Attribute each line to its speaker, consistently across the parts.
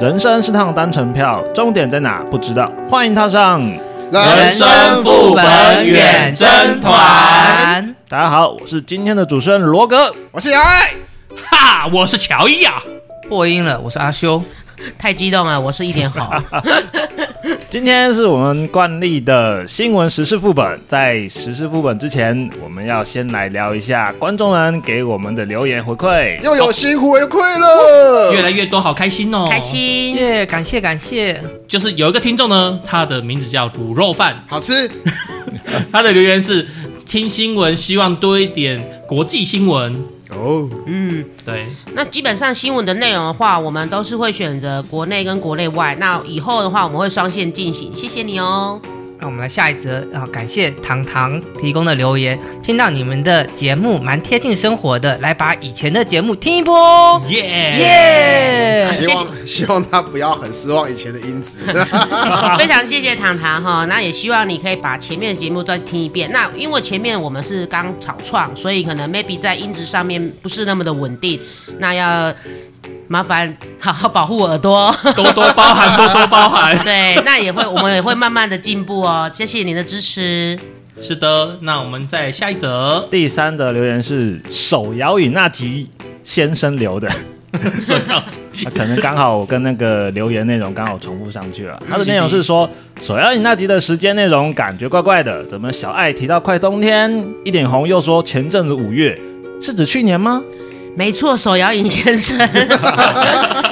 Speaker 1: 人生是趟单程票，终点在哪不知道，欢迎踏上。
Speaker 2: 人生副本远征团，
Speaker 1: 大家好，我是今天的主持人罗格。
Speaker 2: 我是小爱。
Speaker 3: 哈，我是乔伊啊。
Speaker 4: 破音了，我是阿修。
Speaker 5: 太激动了，我是一点好。
Speaker 1: 今天是我们惯例的新闻时事副本，在时事副本之前，我们要先来聊一下观众们给我们的留言回馈。
Speaker 2: 又有新回馈了，
Speaker 3: 越来越多，好开心哦！
Speaker 5: 开，心，
Speaker 4: 耶、感谢感谢，
Speaker 3: 就是有一个听众呢，他的名字叫卤肉 饭，
Speaker 2: 好吃。
Speaker 3: 他的留言是：听新闻希望多一点国际新闻。
Speaker 2: 哦，
Speaker 5: 嗯，
Speaker 3: 对，
Speaker 5: 那基本上新闻的内容的话，我们都是会选择国内跟国内外。那以后的话，我们会双线进行。谢谢你哦。
Speaker 4: 那我们来下一则啊，感谢糖糖提供的留言，听到你们的节目蛮贴近生活的，来把以前的节目听一波 哦，
Speaker 3: 耶
Speaker 4: 耶、
Speaker 2: 希
Speaker 3: 嗯
Speaker 2: 望希望他不要很失望以前的音质。
Speaker 5: 非常谢谢糖糖哈，那也希望你可以把前面的节目再听一遍。那因为前面我们是刚草创，所以可能 maybe 在音质上面不是那么的稳定，那要麻烦好好保护耳朵。
Speaker 3: 多多包涵，多多包涵。
Speaker 5: 对，那也会，我们也会慢慢的进步哦。谢谢你的支持，
Speaker 3: 是的，那我们再下一则。
Speaker 1: 第三则留言是手摇椅那集先生留的，
Speaker 3: 手摇
Speaker 1: 那啊可能刚好我跟那个留言内容刚好重复上去了。它的内容是说，手摇椅那集的时间内容感觉怪怪的，怎么小爱提到快冬天，一点红又说前阵子五月，是指去年吗？
Speaker 5: 没错，手摇影先生，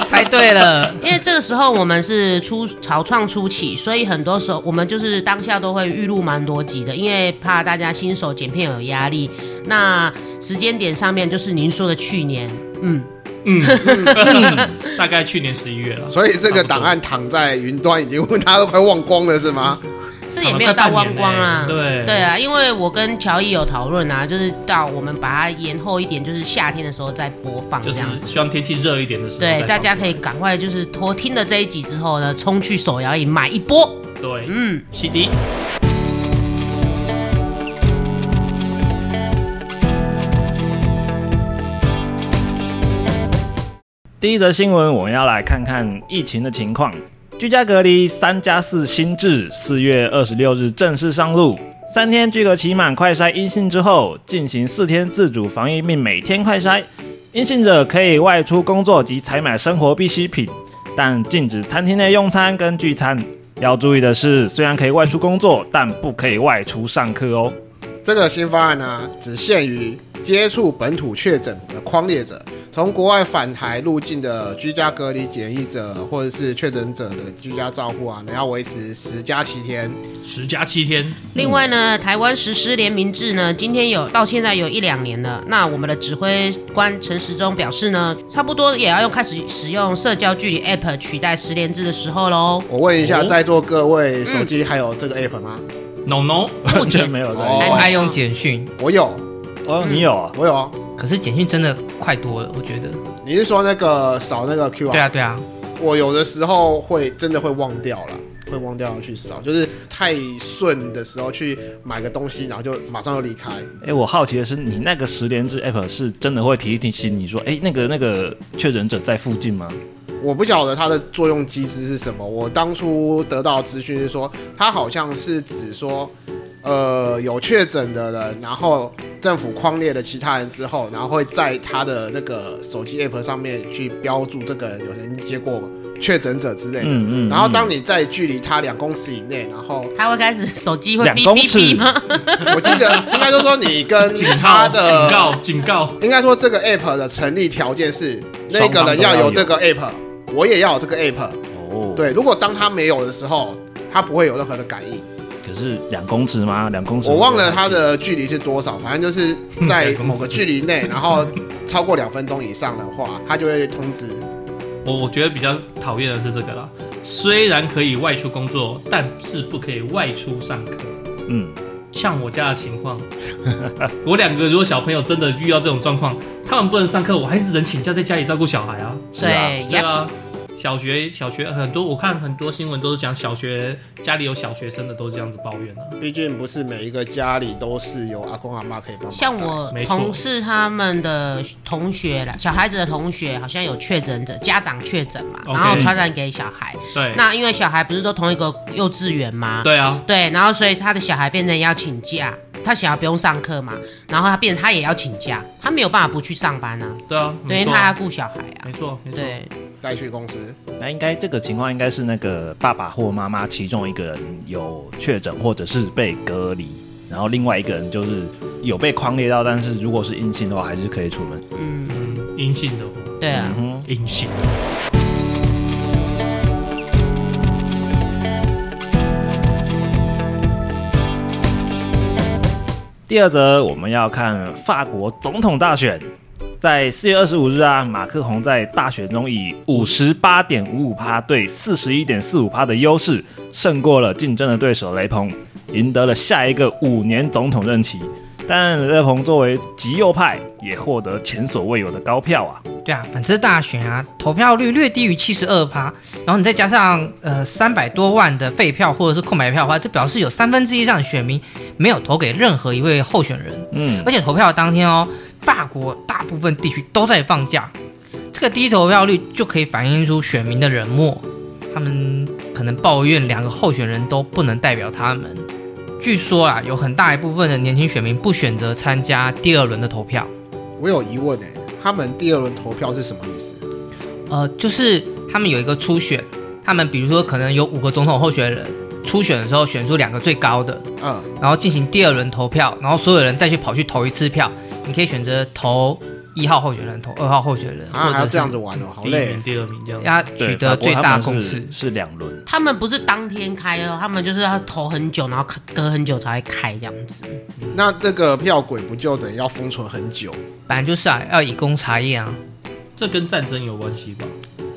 Speaker 4: 猜对了，
Speaker 5: 因为这个时候我们是初草创初期，所以很多时候我们就是当下都会预录蛮多集的，因为怕大家新手剪片有压力。那时间点上面就是您说的去年，嗯，
Speaker 3: 嗯，嗯大概去年十一月 了。
Speaker 2: 所以这个档案躺在云端，已经问 他都快忘光了，是吗？
Speaker 5: 是也没有到忘光
Speaker 3: 好
Speaker 5: 啊。
Speaker 3: 了快半年嘞对
Speaker 5: 对啊，因为我跟乔伊有讨论啊，就是到我们把它延后一点，就是夏天的时候再播放这
Speaker 3: 就是
Speaker 5: 样子。
Speaker 3: 希望天气热一点的时候再
Speaker 5: 对，
Speaker 3: 放。
Speaker 5: 大家可以赶快就是拖听了这一集之后呢，冲去手摇椅买一波。
Speaker 3: 对
Speaker 5: 嗯，
Speaker 3: CD。
Speaker 1: 第一则新闻，我们要来看看疫情的情况。居家隔离三加四新制，四月二十六日正式上路。三天居隔期满快筛阴性之后，进行四天自主防疫，并每天快筛。阴性者可以外出工作及采买生活必需品，但禁止餐厅内用餐跟聚餐。要注意的是，虽然可以外出工作，但不可以外出上课哦。
Speaker 2: 这个新方案呢，只限于接触本土确诊的框列者，从国外返台入境的居家隔离检疫者，或者是确诊者的居家照护啊，你要维持十加七天。
Speaker 3: 十加七天，
Speaker 5: 另外呢，台湾实施联名制呢，今天有到现在有一两年了。那我们的指挥官陈时中表示呢，差不多也要用开始使用社交距离 App 取代十连制的时候喽。
Speaker 2: 我问一下
Speaker 3: 哦
Speaker 2: 在座各位，手机还有这个 app 吗？
Speaker 3: no no，
Speaker 5: 目
Speaker 1: 完全
Speaker 5: 前
Speaker 1: 没有啊在。
Speaker 2: 哦
Speaker 4: 还爱用简讯，
Speaker 2: 我有，
Speaker 1: 哦，你有啊？
Speaker 2: 我有哦。
Speaker 4: 可是简讯真的快多了，我觉得，
Speaker 2: 你是说那个扫那个 QR？
Speaker 4: 对啊对啊，
Speaker 2: 我有的时候会真的会忘掉了，会忘掉去扫，就是太顺的时候去买个东西，然后就马上就离开。
Speaker 1: 哎、我好奇的是，你那个十连制 app 是真的会提醒你说，哎、那个那个确诊者在附近吗？
Speaker 2: 我不晓得它的作用机制是什么。我当初得到资讯是说，它好像是指说，呃，有确诊的人，然后政府框列了其他人之后，然后会在他的那个手机 app 上面去标注这个人有人接过确诊者之类的。
Speaker 1: 嗯嗯
Speaker 2: 然后当你在距离他两公尺以内，然后
Speaker 5: 他会开始手机会
Speaker 1: 两
Speaker 5: 哔
Speaker 1: 公
Speaker 5: 哔
Speaker 1: 尺
Speaker 5: 哔吗？
Speaker 2: 我记得应该就说你跟
Speaker 3: 警
Speaker 2: 他
Speaker 3: 告，警
Speaker 2: 的，
Speaker 3: 告，警告，
Speaker 2: 应该说这个 app 的成立条件是那个人要有这个 app，我也要有这个 app。
Speaker 1: 哦，，
Speaker 2: 对，如果当他没有的时候，他不会有任何的感应。
Speaker 1: 可是两公尺吗？两公尺？
Speaker 2: 我忘了他。的距离是多少，反正 就是在某个距离内，然后超过两分钟以上的话，他就会通知。
Speaker 3: 我我觉得比较讨厌的是这个啦。虽然可以外出工作，但是不可以外出上课。
Speaker 1: 嗯，
Speaker 3: 像我家的情 况，我两个如果小朋友真的遇到这种状况，他们不能上课，我还是只能请假在家里照顾小孩啊。
Speaker 1: 是啊
Speaker 5: 对，
Speaker 3: 对
Speaker 5: 呀，
Speaker 3: 啊，小学小学很多，我看很多新闻都是讲小学家里有小学生的都这样子抱怨啊。
Speaker 2: 毕竟不是每一个家里都是有阿公阿妈可以帮忙带。
Speaker 5: 像我
Speaker 3: 没错
Speaker 5: 同事他们的同学啦，小孩子的同学好像有确诊者，家长确诊嘛，
Speaker 3: OK
Speaker 5: 然后传染给小孩。
Speaker 3: 对，
Speaker 5: 那因为小孩不是都同一个幼稚园吗？
Speaker 3: 对啊，
Speaker 5: 对，然后所以他的小孩变成要请假，他小孩不用上课嘛，然后他变他也要请假，他没有办法不去上班啊，
Speaker 3: 对啊，
Speaker 5: 对，
Speaker 3: 没
Speaker 5: 因为
Speaker 3: 错
Speaker 5: 他要
Speaker 3: 啊，
Speaker 5: 顾小孩啊。
Speaker 3: 没错，没错，
Speaker 5: 对，
Speaker 2: 带去公司，
Speaker 1: 那应该这个情况应该是那个爸爸或妈妈其中一个人有确诊或者是被隔离，然后另外一个人就是有被框列到，但是如果是阴性的话，还是可以出门。
Speaker 5: 嗯，
Speaker 3: 嗯，阴性的话，
Speaker 5: 对啊。
Speaker 1: 嗯
Speaker 3: 阴性。
Speaker 1: 第二则我们要看法国总统大选，在四月二十五日啊，马克宏在大选中以五十八点五五趴对四十一点四五趴的优势，胜过了竞争的对手雷鹏，赢得了下一个五年总统任期。但雷鹏作为极右派，也获得前所未有的高票啊。
Speaker 4: 对啊，本次大选啊，投票率略低于七十二趴，然后你再加上呃三百多万的废票或者是空白票的话，这表示有三分之一以上的选民没有投给任何一位候选人，
Speaker 1: 嗯，
Speaker 4: 而且投票当天哦，法国大部分地区都在放假，这个低投票率就可以反映出选民的冷漠，他们可能抱怨两个候选人都不能代表他们。据说啊，有很大一部分的年轻选民不选择参加第二轮的投票。
Speaker 2: 我有疑问哎、他们第二轮投票是什么意思？
Speaker 4: 呃，就是他们有一个初选，他们比如说可能有五个总统候选人，初选的时候选出两个最高的，
Speaker 2: 嗯，
Speaker 4: 然后进行第二轮投票，然后所有人再去跑去投一次票。你可以选择投一号候选人，投二号候选人，
Speaker 2: 啊，还
Speaker 4: 或
Speaker 2: 要
Speaker 4: 者
Speaker 2: 这样
Speaker 4: 是
Speaker 2: 子玩哦、好
Speaker 3: 第一
Speaker 2: 累
Speaker 3: 名、。第二名这样子。
Speaker 4: 要
Speaker 1: 对
Speaker 4: 取得
Speaker 1: 法国
Speaker 4: 最
Speaker 1: 他
Speaker 4: 大
Speaker 1: 们
Speaker 4: 共
Speaker 1: 是
Speaker 4: 识。
Speaker 1: 是两轮。
Speaker 5: 他们不是当天开哦，他们就是要投很久，然后隔很久才会开这样子。
Speaker 2: 那这个票轨不就等于要封存很久？
Speaker 4: 反正就是啊，要以公查验啊。
Speaker 3: 这跟战争有关系吧？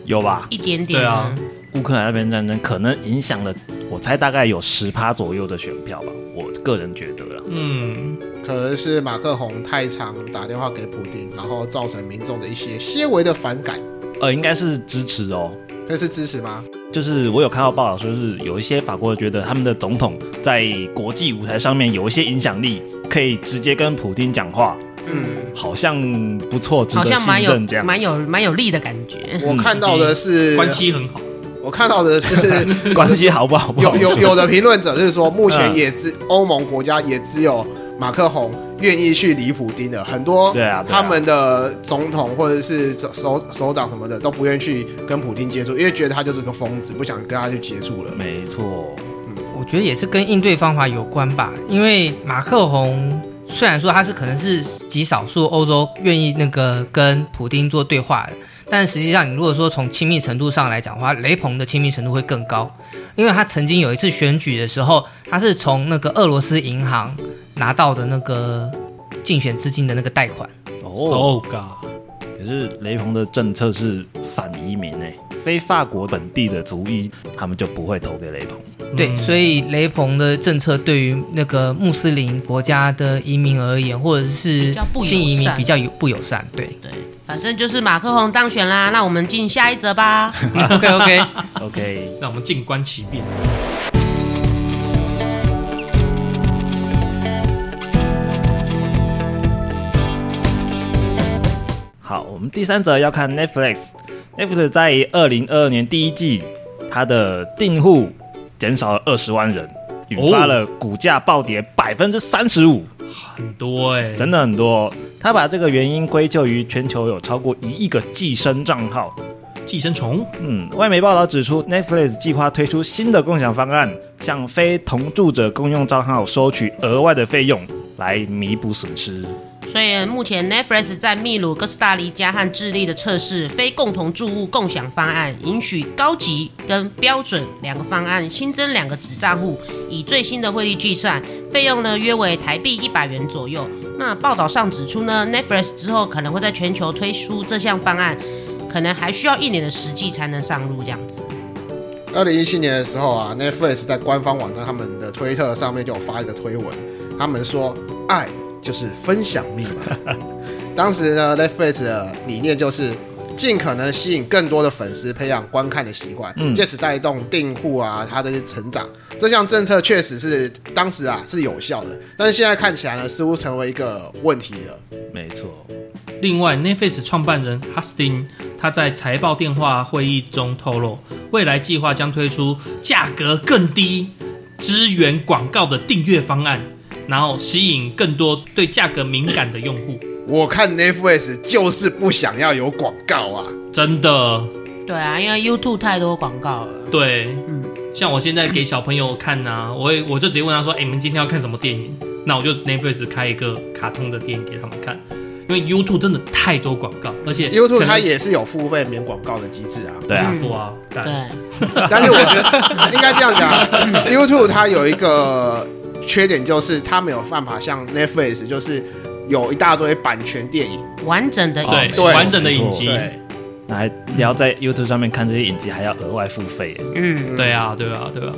Speaker 1: 有吧？
Speaker 5: 一点点、啊
Speaker 3: 对
Speaker 1: 乌克兰那边战争可能影响了，我猜大概有十趴左右的选票吧，我个人觉得啦。
Speaker 3: 嗯，
Speaker 2: 可能是马克宏太常打电话给普丁，然后造成民众的一些些微的反感。
Speaker 1: 呃，应该是支持哦。
Speaker 2: 这是支持吗？
Speaker 1: 就是我有看到报道，说是有一些法国人觉得他们的总统在国际舞台上面有一些影响力，可以直接跟普丁讲话，
Speaker 5: 嗯，
Speaker 1: 好像不错，值
Speaker 5: 好
Speaker 1: 得
Speaker 5: 像蛮
Speaker 1: 信
Speaker 5: 有
Speaker 1: 任这样。
Speaker 5: 蛮有蛮有力的感
Speaker 1: 嗯
Speaker 5: 觉。
Speaker 2: 我看到的是，
Speaker 3: 关系很好。
Speaker 2: 我看到的是
Speaker 1: 关系好不好不好
Speaker 2: 有
Speaker 1: 说？
Speaker 2: 有有的评论者是说，目前
Speaker 1: 嗯
Speaker 2: 也只欧盟国家也只有马克宏愿意去理普丁的，很多
Speaker 1: 对啊对啊
Speaker 2: 他们的总统或者是首首首长什么的都不愿意去跟普丁接触，因为觉得他就是个疯子，不想跟他去接触了。
Speaker 1: 没错，
Speaker 4: 我觉得也是跟应对方法有关吧，因为马克宏虽然说他是可能是极少数欧洲愿意那个跟普丁做对话的，但实际上你如果说从亲密程度上来讲的话，雷鹏的亲密程度会更高，因为他曾经有一次选举的时候，他是从那个俄罗斯银行拿到的那个竞选资金的那个贷款。
Speaker 1: 哦，
Speaker 3: So Oh god，
Speaker 1: 可是雷鹏的政策是反移民诶、非法国本地的族裔他们就不会投给雷鹏。
Speaker 4: 对，
Speaker 3: 嗯
Speaker 4: 所以雷鹏的政策对于那个穆斯林国家的移民而言，或者是
Speaker 5: 较不友
Speaker 4: 新移民
Speaker 5: 善
Speaker 4: 比较有不友善。对
Speaker 5: 对，反正就是马克宏当选啦，那我们进下一则吧。
Speaker 4: ，OK OK，
Speaker 1: OK，
Speaker 3: 让我们静观其变。
Speaker 1: 好，我们第三则要看 Netflix。Netflix 在二零二二年第一季，它的订户减少了二十万人，引发了股价暴跌百分之三十五，
Speaker 3: 很多哎、
Speaker 1: 真的很多哦。他把这个原因归咎于全球有超过一亿个寄生账号。
Speaker 3: 寄生虫
Speaker 1: 嗯，外媒报道指出，Netflix 计划推出新的共享方案，向非同住者公用账号收取额外的费用，来弥补损失。
Speaker 5: 所以目前 Netflix 在秘鲁、哥斯达黎加和智利的测试非共同住户共享方案，允许高级跟标准两个方案新增两个子账户，以最新的汇率计算，费用呢约为台币一百元左右。那报道上指出呢，Netflix 之后可能会在全球推出这项方案，可能还需要一年的实际才能上路这样子。
Speaker 2: 二零一七年的时候啊，Netflix 在官方网站他们的推特上面就有发一个推文，他们说爱就是分享密码。当时呢，Netflix 的理念就是尽可能吸引更多的粉丝，培养观看的习惯
Speaker 1: 嗯，
Speaker 2: 借此带动订户啊他的成长。这项政策确实是当时啊是有效的，但是现在看起来呢，似乎成为一个问题了。
Speaker 1: 没错，
Speaker 3: 另外，Netflix 创办人 Hustin 他在财报电话会议中透露，未来计划将推出价格更低、支援广告的订阅方案，然后吸引更多对价格敏感的用户。
Speaker 2: 我看 Netflix 就是不想要有广告啊，
Speaker 3: 真的，
Speaker 5: 对啊，因为 YouTube 太多广告了。
Speaker 3: 对，
Speaker 5: 嗯，
Speaker 3: 像我现在给小朋友看啊，我也我就直接问他说：“哎、你们今天要看什么电影？”那我就 Netflix 开一个卡通的电影给他们看，因为 YouTube 真的太多广告，而且
Speaker 2: YouTube 它
Speaker 3: 可能
Speaker 2: 也是有付费免广告的机制啊，
Speaker 1: 对啊，
Speaker 3: 不啊，干
Speaker 5: 对，
Speaker 2: 但是我觉得应该这样讲，YouTube 嗯它有一个缺点就是它没有办法像 Netflix 就是有一大堆版权电影，
Speaker 5: 完整的
Speaker 1: 哦
Speaker 3: 对
Speaker 5: 影
Speaker 2: 对
Speaker 3: 完整的影
Speaker 1: 嗯
Speaker 3: 集，
Speaker 2: 对，
Speaker 1: 那还你要在 YouTube 上面看这些影集，还要额外付费耶。
Speaker 5: 嗯，
Speaker 3: 对啊，对啊，对啊，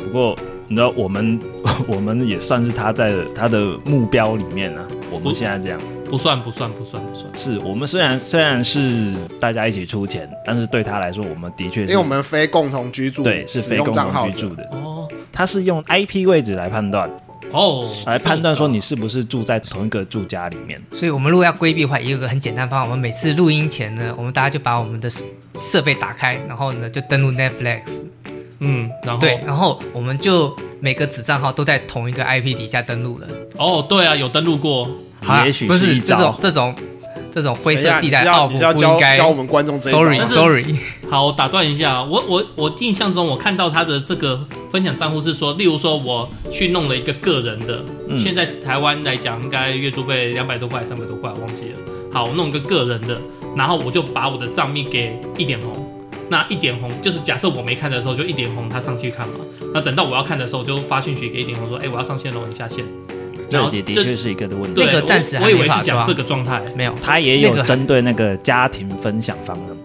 Speaker 1: 不过你知道，我们 我们也算是他在他的目标里面啊。我们现在这样，
Speaker 3: 不算不算不算不算，
Speaker 1: 是我们虽然虽然是大家一起出钱，但是对他来说，我们的确是
Speaker 2: 因为我们非共同居住，
Speaker 1: 对是
Speaker 2: 使
Speaker 1: 非
Speaker 2: 用
Speaker 1: 公
Speaker 2: 账号
Speaker 1: 共居住的，
Speaker 3: 哦
Speaker 1: 他是用 IP 位置来判断，
Speaker 3: 哦，
Speaker 1: 来判断说你
Speaker 3: 是
Speaker 1: 是不是住在同一个住家里面。
Speaker 4: 所以我们如果要规避的话，也有个很简单的方法，我们每次录音前呢，我们大家就把我们的设备打开，然后呢就登录 Netflix，
Speaker 3: 的嗯，然后
Speaker 4: 对，然后我们就每个子账号都在同一个 IP 底下登录了。
Speaker 3: 哦，对啊，有登录过，
Speaker 4: 啊
Speaker 1: 也许
Speaker 4: 不是
Speaker 1: 一
Speaker 4: 这
Speaker 1: 招
Speaker 4: 种，这种这种灰
Speaker 2: 等一
Speaker 4: 色
Speaker 2: 下，哎
Speaker 4: 地
Speaker 2: 你
Speaker 4: 带
Speaker 2: 是
Speaker 4: 奥
Speaker 2: 要
Speaker 4: 普
Speaker 2: 你是要
Speaker 4: 不应
Speaker 2: 教
Speaker 4: 该。
Speaker 2: 教我们观众这一招
Speaker 4: Sorry
Speaker 3: 但是
Speaker 4: Sorry，
Speaker 3: 好，我打断一下，我我我印象中我看到他的这个分享账户是说，例如说我去弄了一个个人的，
Speaker 1: 嗯
Speaker 3: 现在台湾来讲应该月租费两百多块、三百多块，我忘记了。好，我弄一个个人的，然后我就把我的账密给一点红。那一点红就是假设我没看的时候，就一点红他上去看嘛。那等到我要看的时候，就发讯息给一点红说，哎、我要上线了，你下线。然
Speaker 1: 这
Speaker 3: 后
Speaker 1: 也的
Speaker 3: 这
Speaker 1: 确是一个的问题。
Speaker 3: 对，
Speaker 4: 那个暂时
Speaker 3: 我
Speaker 4: 还
Speaker 3: 我以
Speaker 4: 没
Speaker 3: 为
Speaker 4: 法
Speaker 3: 是讲
Speaker 4: 抓
Speaker 3: 这个状态，
Speaker 4: 没有，
Speaker 1: 他也
Speaker 4: 那
Speaker 1: 有
Speaker 4: 个
Speaker 1: 针对那个家庭分享方案，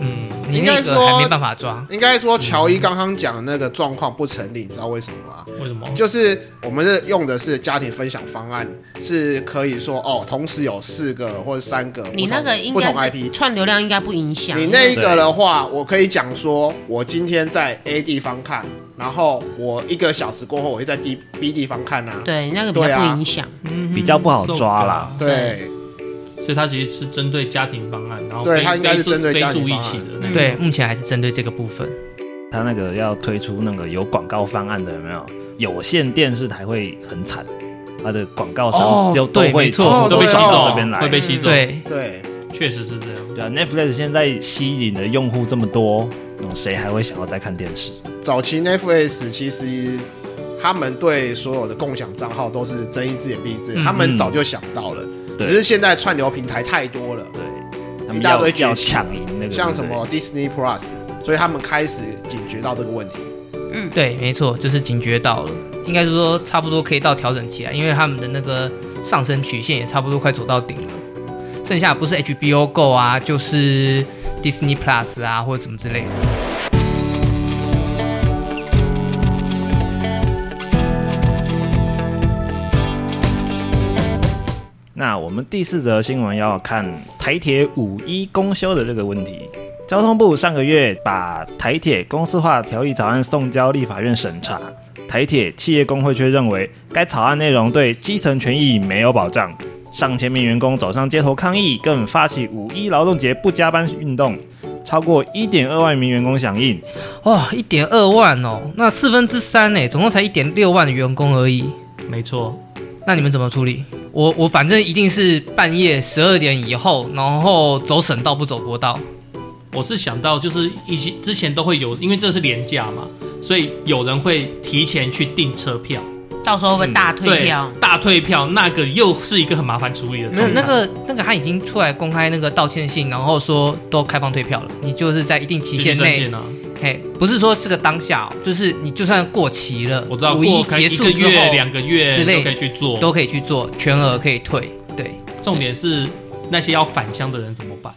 Speaker 3: 嗯，
Speaker 4: 你
Speaker 2: 应该
Speaker 4: 那个
Speaker 2: 说
Speaker 4: 还没办法抓。
Speaker 2: 应该说乔伊刚刚讲的那个状况不成立，你知道为什么吗？
Speaker 3: 为什么？
Speaker 2: 就是我们是用的是家庭分享方案，是可以说哦，同时有四个或者三个不同
Speaker 5: 你那个应
Speaker 2: 不同
Speaker 5: 该
Speaker 2: IP
Speaker 5: 是。串流量应该不影响。
Speaker 2: 你那一个的话，我可以讲说，我今天在 A 地方看，然后我一个小时过后，我会在 D B 地方看啊。
Speaker 5: 对那个比较
Speaker 2: 对啊
Speaker 5: 不影响。
Speaker 3: 嗯
Speaker 1: 比较不好抓啦。
Speaker 2: 对
Speaker 3: 所以它其实是针对家庭方案，然后
Speaker 2: 对
Speaker 3: 非
Speaker 2: 它应该是
Speaker 3: 非住
Speaker 2: 针对
Speaker 3: 非
Speaker 2: 家庭
Speaker 3: 住一
Speaker 2: 方案
Speaker 3: 起的那
Speaker 5: 嗯
Speaker 3: 个。
Speaker 4: 对，目前还是针对这个部分。
Speaker 1: 他那个要推出那个有广告方案的，有没有？有线电视台会很惨，他的广告商
Speaker 4: 哦
Speaker 1: 就都
Speaker 4: 对
Speaker 1: 会
Speaker 4: 没错
Speaker 1: 从
Speaker 3: 都被吸
Speaker 1: 广告
Speaker 3: 走
Speaker 1: 这边来
Speaker 3: 会。被吸走，
Speaker 4: 对，
Speaker 2: 对，
Speaker 3: 确实是这样。
Speaker 1: 对啊，Netflix 现在吸引的用户这么多，嗯谁还会想要再看电视？
Speaker 2: 早期 Netflix 其实他们对所有的共享账号都是睁一只眼闭一只眼，
Speaker 4: 嗯
Speaker 2: 他们早就想到了，
Speaker 1: 对
Speaker 2: 只是现在串流平台太多了，
Speaker 1: 对，他们
Speaker 2: 一大
Speaker 1: 要
Speaker 2: 堆崛起
Speaker 1: 要抢赢那个，
Speaker 2: 像
Speaker 1: 对
Speaker 2: 什
Speaker 1: 不对
Speaker 2: 么 Disney Plus，所以他们开始警觉到这个问题。
Speaker 4: 对，没错，就是警觉到了，应该是说差不多可以到调整期了，因为他们的那个上升曲线也差不多快走到顶了，剩下不是 HBO Go 啊，就是 Disney Plus 啊，或者什么之类的。
Speaker 1: 那我们第四则新闻要看台铁五一公休的这个问题。交通部上个月把台铁公司化条例草案送交立法院审查，台铁企业工会却认为该草案内容对基层权益没有保障，上千名员工走上街头抗议，更发起五一劳动节不加班运动，超过一点二万名员工响应。
Speaker 4: 哇、1一点二万哦，那四分之三呢，总共才一点六万的员工而已。
Speaker 3: 没错，
Speaker 4: 那你们怎么处理？我我反正一定是半夜十二点以后，然后走省道不走国道。
Speaker 3: 我是想到就是以前之前都会有，因为这是廉价嘛，所以有人会提前去订车票，
Speaker 5: 到时候会不会大退
Speaker 3: 对
Speaker 5: 票，，
Speaker 3: 大退票那个又是一个很麻烦处理的
Speaker 4: 没有
Speaker 3: 状态。
Speaker 4: 嗯那个那个他已经出来公开那个道歉信，然后说都开放退票了，你就是在一定期
Speaker 3: 就去
Speaker 4: 限
Speaker 3: 申
Speaker 4: 内
Speaker 3: 请，啊，
Speaker 4: 嘿，不是说这个当下哦，就是你就算过期了，
Speaker 3: 我知道
Speaker 4: 五
Speaker 3: 过
Speaker 4: 一
Speaker 3: 可
Speaker 4: 结
Speaker 3: 以一
Speaker 4: 束
Speaker 3: 个
Speaker 4: 之
Speaker 3: 月、两
Speaker 4: 后
Speaker 3: 个月
Speaker 4: 之类
Speaker 3: 都可以去做，
Speaker 4: 都可以去做，全额可以退。对，
Speaker 3: 重点是那些要返乡的人怎么办？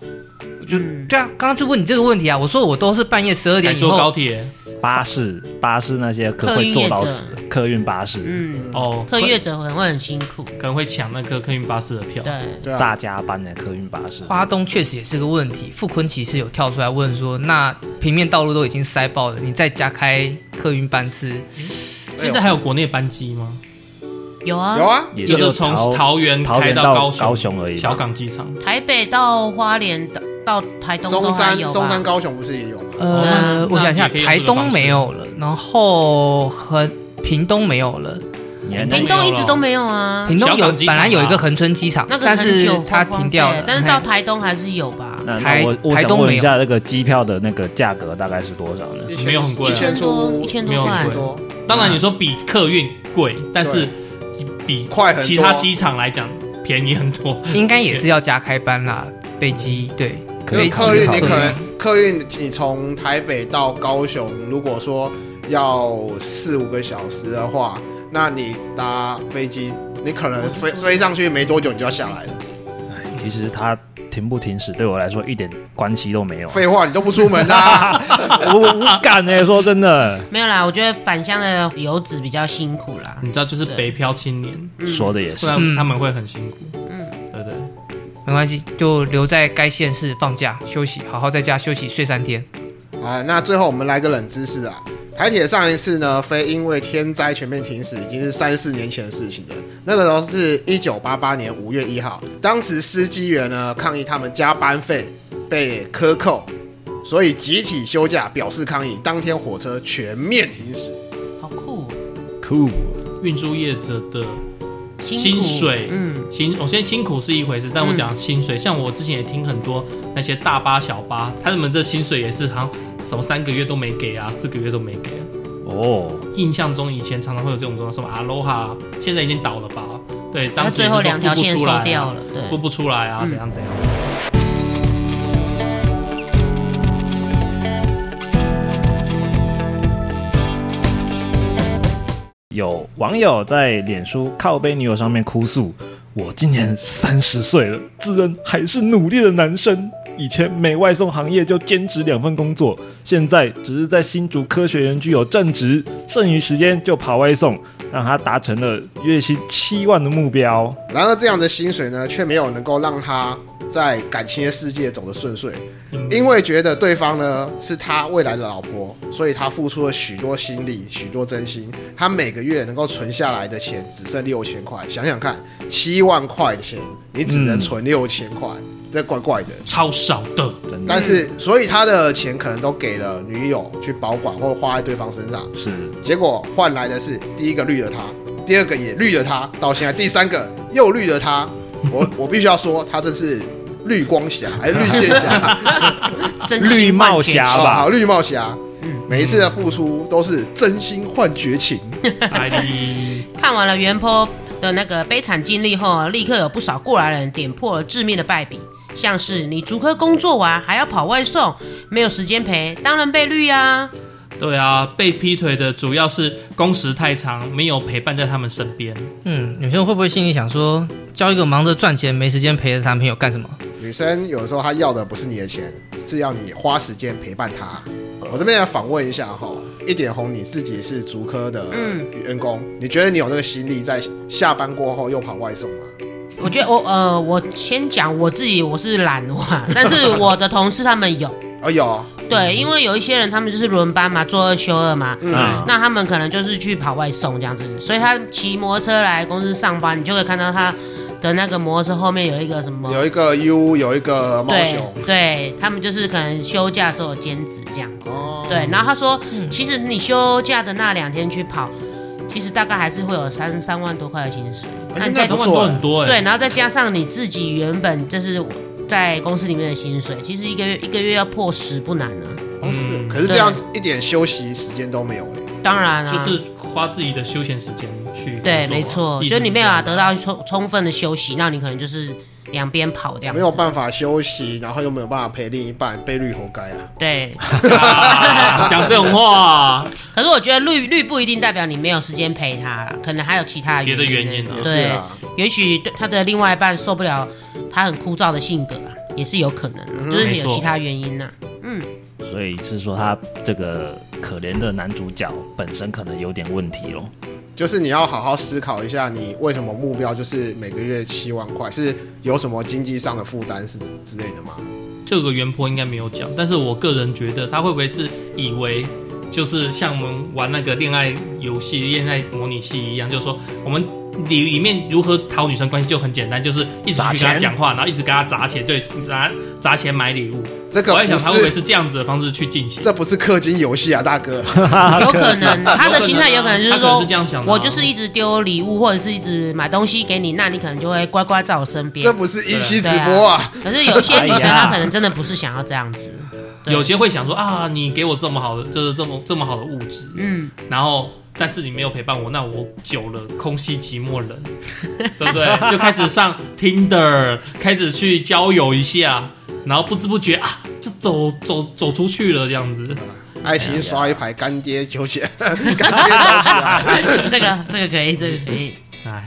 Speaker 4: 我就、
Speaker 3: 嗯
Speaker 4: 对啊，刚刚就问你这个问题啊，我说我都是半夜十二
Speaker 3: 改
Speaker 4: 点以
Speaker 3: 坐高
Speaker 4: 后，
Speaker 3: 铁
Speaker 1: 巴士巴士那些可
Speaker 5: 客运
Speaker 1: 会
Speaker 5: 业
Speaker 1: 坐到
Speaker 5: 者
Speaker 1: 死，客运巴士、
Speaker 5: 嗯，
Speaker 3: 哦，
Speaker 5: 客月者可能会很辛苦，
Speaker 3: 可能会抢那个客运巴士的票。
Speaker 5: 对。
Speaker 2: 对啊，
Speaker 1: 大家班的客运巴士，
Speaker 4: 花东确实也是个问题。傅昆其实有跳出来问说，那平面道路都已经塞爆了，你再加开客运班次，
Speaker 3: 现在还有国内班机吗？
Speaker 5: 有啊，
Speaker 2: 哎有啊，
Speaker 1: 也
Speaker 3: 就是从
Speaker 1: 桃
Speaker 3: 桃园
Speaker 1: 桃
Speaker 3: 开
Speaker 1: 园
Speaker 3: 到
Speaker 1: 到
Speaker 3: 高
Speaker 1: 高
Speaker 3: 雄
Speaker 1: 雄而已吧，
Speaker 3: 小港机场。
Speaker 5: 台北到花莲到到台东都
Speaker 2: 松
Speaker 5: 还
Speaker 2: 山
Speaker 5: 有吧
Speaker 2: 松山高雄不是也有吗？
Speaker 4: 呃
Speaker 5: 那，
Speaker 4: 我想一
Speaker 3: 那
Speaker 4: 下，
Speaker 3: 也可以用这个
Speaker 4: 台东
Speaker 3: 方式
Speaker 4: 没有了，然后和屏东没有了，
Speaker 1: 你还能
Speaker 5: 屏东一直都没有啊，
Speaker 4: 屏东
Speaker 3: 小
Speaker 4: 有
Speaker 3: 港机
Speaker 4: 本
Speaker 3: 场啊
Speaker 4: 来有一个恒春机场，
Speaker 5: 那个
Speaker 4: 但
Speaker 5: 很
Speaker 4: 是
Speaker 5: 久
Speaker 4: 它
Speaker 5: 荒荒
Speaker 4: 停掉
Speaker 5: 废
Speaker 4: 了。
Speaker 5: 但是到
Speaker 4: 嘿
Speaker 5: 台东还是有吧？
Speaker 3: 嗯
Speaker 1: 那那
Speaker 4: 台
Speaker 1: 我我
Speaker 4: 台
Speaker 1: 想
Speaker 4: 东
Speaker 1: 问
Speaker 4: 没
Speaker 1: 一
Speaker 4: 有
Speaker 1: 下，那个机票的那个价格大概是多少呢？
Speaker 2: 一千
Speaker 3: 没有很贵啊
Speaker 2: 一千出
Speaker 5: 一千
Speaker 3: 没
Speaker 5: 多
Speaker 3: 有
Speaker 5: 块
Speaker 2: 一千，多，
Speaker 3: 当然，你说比客运贵，
Speaker 1: 嗯
Speaker 3: 但是比
Speaker 2: 快很多
Speaker 3: 其他机场来讲便宜很多。
Speaker 1: 嗯
Speaker 4: 应该也是要加开班啦，飞机对，
Speaker 1: 可以
Speaker 2: 因为客运
Speaker 1: 考虑
Speaker 2: 你可能客运你从台北到高雄，如果说要四五个小时的话，那你搭飞机，你可能飞飞上去没多久你就要下来了。
Speaker 1: 哦其实它停不停驶对我来说一点关系都 没有啊，
Speaker 2: 废话，你都不出门啊？
Speaker 1: 我我我敢哎、说真的，
Speaker 5: 没有啦。我觉得返乡的游子比较辛苦啦。
Speaker 3: 你知道，就是北漂青年，
Speaker 1: 说的也嗯是。
Speaker 3: 虽
Speaker 1: 啊
Speaker 3: 然他们会很辛苦，
Speaker 5: 嗯，
Speaker 3: 对不对？
Speaker 4: 没关系，就留在该县市放假休息，好好在家休息睡三天。
Speaker 2: 啊，那最后我们来个冷知识啊。台铁上一次呢，非因为天灾全面停驶，已经是三四年前的事情了。那个时候是一九八八年五月一号，当时司机员呢抗议他们加班费被克扣，所以集体休假表示抗议。当天火车全面停驶，
Speaker 5: 好酷哦，
Speaker 1: 酷，
Speaker 3: 运输业者的
Speaker 5: 辛苦
Speaker 3: 薪水
Speaker 5: 嗯，
Speaker 3: 辛，我先辛苦是一回事，
Speaker 1: 嗯
Speaker 3: 但我讲薪水，像我之前也听很多那些大巴小巴，他们的薪水也是好像什么三个月都没给啊，四个月都没给啊。
Speaker 1: 哦，
Speaker 3: 印象中以前常常会有这种状况，什么阿罗哈，现在已经倒了吧？对，当
Speaker 5: 那
Speaker 3: 时也
Speaker 5: 最
Speaker 3: 是
Speaker 5: 后
Speaker 3: 说
Speaker 5: 两条
Speaker 3: 付不
Speaker 5: 线
Speaker 3: 出
Speaker 5: 收
Speaker 3: 来啊
Speaker 5: 掉了，
Speaker 3: 付
Speaker 5: 对，
Speaker 3: 不出来啊，
Speaker 5: 嗯
Speaker 3: 怎样怎样。
Speaker 1: 有网友在脸书靠背女友上面哭诉：“我今年三十岁了，自认还是努力的男生。以前美外送行业就兼职两份工作，现在只是在新竹科学园区有正职，剩余时间就跑外送，让他达成了月薪七万的目标。
Speaker 2: 然而这样的薪水呢，却没有能够让他在感情的世界走得顺遂，因为觉得对方呢是他未来的老婆，所以他付出了许多心力、许多真心。他每个月能够存下来的钱只剩六千块，想想看，七万块钱你只能存六千块，这怪怪的。
Speaker 3: 超少 的，”
Speaker 1: 真的
Speaker 2: 但是，所以他的钱可能都给了女友去保管或花在对方身上，
Speaker 1: 是
Speaker 2: 结果换来的是第一个绿了他，第二个也绿了他，到现在第三个又绿了他。我我必须要说，他真是绿光侠，还是绿箭侠，
Speaker 5: 真心
Speaker 1: 绿帽
Speaker 5: 换钱
Speaker 1: 侠
Speaker 2: 好
Speaker 1: 吧？
Speaker 2: 绿帽侠。
Speaker 5: 嗯
Speaker 2: 每一次的付出都是真心换绝情。
Speaker 3: 哎，
Speaker 5: 看完了袁坡的那个悲惨经历后，立刻有不少过来人点破了致命的败笔，像是你足科工作完还要跑外送，没有时间陪，当然被绿啊。
Speaker 3: 对啊，被劈腿的主要是工时太长，没有陪伴在他们身边。
Speaker 4: 嗯，女生会不会心里想说，交一个忙着赚钱没时间陪着男朋友干什么？
Speaker 2: 女生有时候她要的不是你的钱，是要你花时间陪伴她。我这边来访问一下哈，一点红你自己是足科的
Speaker 5: 嗯
Speaker 2: 员工，你觉得你有那个心力在下班过后又跑外送吗？
Speaker 5: 我觉得我呃，我先讲我自己，我是懒哇，但是我的同事他们有，
Speaker 2: 哦，有哦，
Speaker 5: 对，因为有一些人他们就是轮班嘛，做二休二嘛，
Speaker 3: 哎
Speaker 1: 嗯
Speaker 5: 那他们可能就是去跑外送这样子，所以他骑摩托车来公司上班，你就会看到他的那个摩托车后面有一个什么
Speaker 2: 有一个 U，有一个猫
Speaker 5: 对
Speaker 2: 熊。
Speaker 5: 对，他们就是可能休假的时候有兼职这样子。
Speaker 2: 哦，
Speaker 5: 对，然后他说，其实你休假的那两天去跑，其实大概还是会有三三万多块的薪水。那你
Speaker 2: 那
Speaker 5: 再
Speaker 3: 他
Speaker 2: 不
Speaker 3: 们
Speaker 2: 错
Speaker 3: 都
Speaker 2: 欸
Speaker 3: 很多哎、
Speaker 5: 对，然后再加上你自己原本就是在公司里面的薪水，其实一个月一个月要破十不难啊。
Speaker 2: 哦是哦
Speaker 3: 嗯
Speaker 2: 可是这样一点休息时间都没有哎、
Speaker 5: 当然啊，
Speaker 3: 就是花自己的休闲时间去工作啊。
Speaker 5: 对，没错，
Speaker 3: 一
Speaker 5: 就
Speaker 3: 直
Speaker 5: 你没
Speaker 3: 这
Speaker 5: 有
Speaker 3: 样
Speaker 5: 办法得到充充分的休息，那你可能就是两边跑这样子。
Speaker 2: 没有办法休息，然后又没有办法陪另一半，被绿活该啊！
Speaker 5: 对，
Speaker 3: 啊讲这种 话，
Speaker 5: 可是我觉得绿绿不一定代表你没有时间陪他啦，可能还有其他
Speaker 3: 别的
Speaker 5: 原
Speaker 3: 原因啊
Speaker 2: 也是
Speaker 5: 对，
Speaker 2: 啊，
Speaker 5: 也许对他的另外一半受不了他很枯燥的性格啊，也是有可能啊、
Speaker 2: 嗯
Speaker 5: 就是有
Speaker 3: 没错
Speaker 5: 其他原因呐、嗯，
Speaker 1: 所以是说他这个可怜的男主角本身可能有点问题哦咯。
Speaker 2: 就是你要好好思考一下，你为什么目标就是每个月七万块，是有什么经济上的负担是之类的吗？
Speaker 3: 这个原坡应该没有讲，但是我个人觉得他会不会是以为就是像我们玩那个恋爱游戏、恋爱模拟器一样，就是说我们里里面如何讨女生关系就很简单，就是一直
Speaker 1: 砸
Speaker 3: 去跟她
Speaker 1: 钱
Speaker 3: 讲话，然后一直跟她砸钱，对，砸砸钱买礼物。
Speaker 2: 这个
Speaker 3: 我在想
Speaker 2: 不
Speaker 3: 他会不会
Speaker 2: 是，
Speaker 3: 是这样子的方式去进行？
Speaker 2: 这不是氪金游戏啊，大哥。
Speaker 5: 有可能他的心态有可能就是
Speaker 3: 他可能
Speaker 5: 说
Speaker 3: 是这。样想的啊、
Speaker 5: 我就是一直丢礼物，或者是一直买东西给你，那你可能就会乖乖在我身边
Speaker 2: 这。不是一期直播啊！
Speaker 5: 可是有些女生
Speaker 1: 哎呀
Speaker 5: 她可能真的不是想要这样子，对
Speaker 3: 有些会想说啊，你给我这么好的，就是这么这么好的物质，
Speaker 5: 嗯，
Speaker 3: 然后但是你没有陪伴我，那我久了空虚寂寞冷， 对不对？就开始上 Tinder，开始去交友一下，然后不知不觉啊，就走走走出去了这样子。
Speaker 2: 爱情刷一排，干爹纠结， 干爹找起来。
Speaker 5: 这个这个可以，这个可以。
Speaker 3: 哎，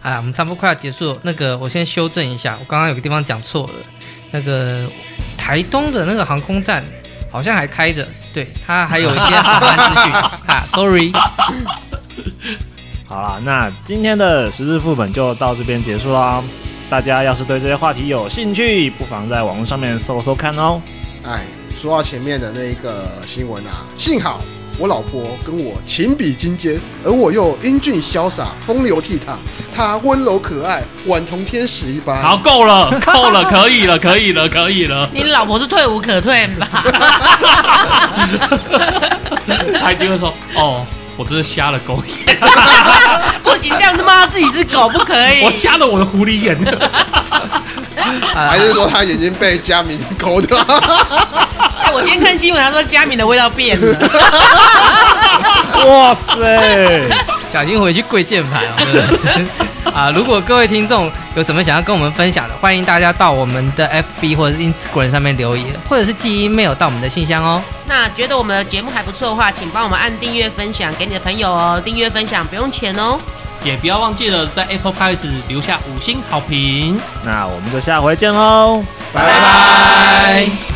Speaker 4: 好了，我们差不多快要结束了。那个，我先修正一下，我刚刚有个地方讲错了。那个台东的那个航空站好像还开着，对，它还有一 些航班资讯啊。Sorry，
Speaker 1: 好啦，那今天的十日副本就到这边结束啦。大家要是对这些话题有兴趣，不妨在网络上面搜搜看哦。
Speaker 2: 哎，说到前面的那一个新闻啊，幸好我老婆跟我情比金坚，而我又英俊潇洒、风流倜傥，她温柔可爱，宛同天使一般。
Speaker 3: 好，，够了，够了，可以了，可以了，可以了，
Speaker 5: 你老婆是退无可退吧？
Speaker 3: 他一定会说哦。我真是瞎了狗眼，
Speaker 5: 不行，这样他妈自己是狗不可 以。
Speaker 3: 我瞎了我的狐狸眼。
Speaker 2: 还是说她眼睛被佳明勾的？
Speaker 5: 哎，我今天看新闻，他说佳敏的味道变了。
Speaker 1: 哇塞！
Speaker 4: 小心回去跪键盘 哦。真的是啊，如果各位听众有什么想要跟我们分享的，欢迎大家到我们的 FB 或者是 Instagram 上面留言，或者是寄 email 到我们的信箱哦。
Speaker 5: 那觉得我们的节目还不错的话，请帮我们按订阅、分享给你的朋友哦。订阅分享不用钱哦。
Speaker 3: 也不要忘记了在 Apple Podcast 留下五星好评。
Speaker 1: 那我们就下回见喽。
Speaker 2: 拜拜。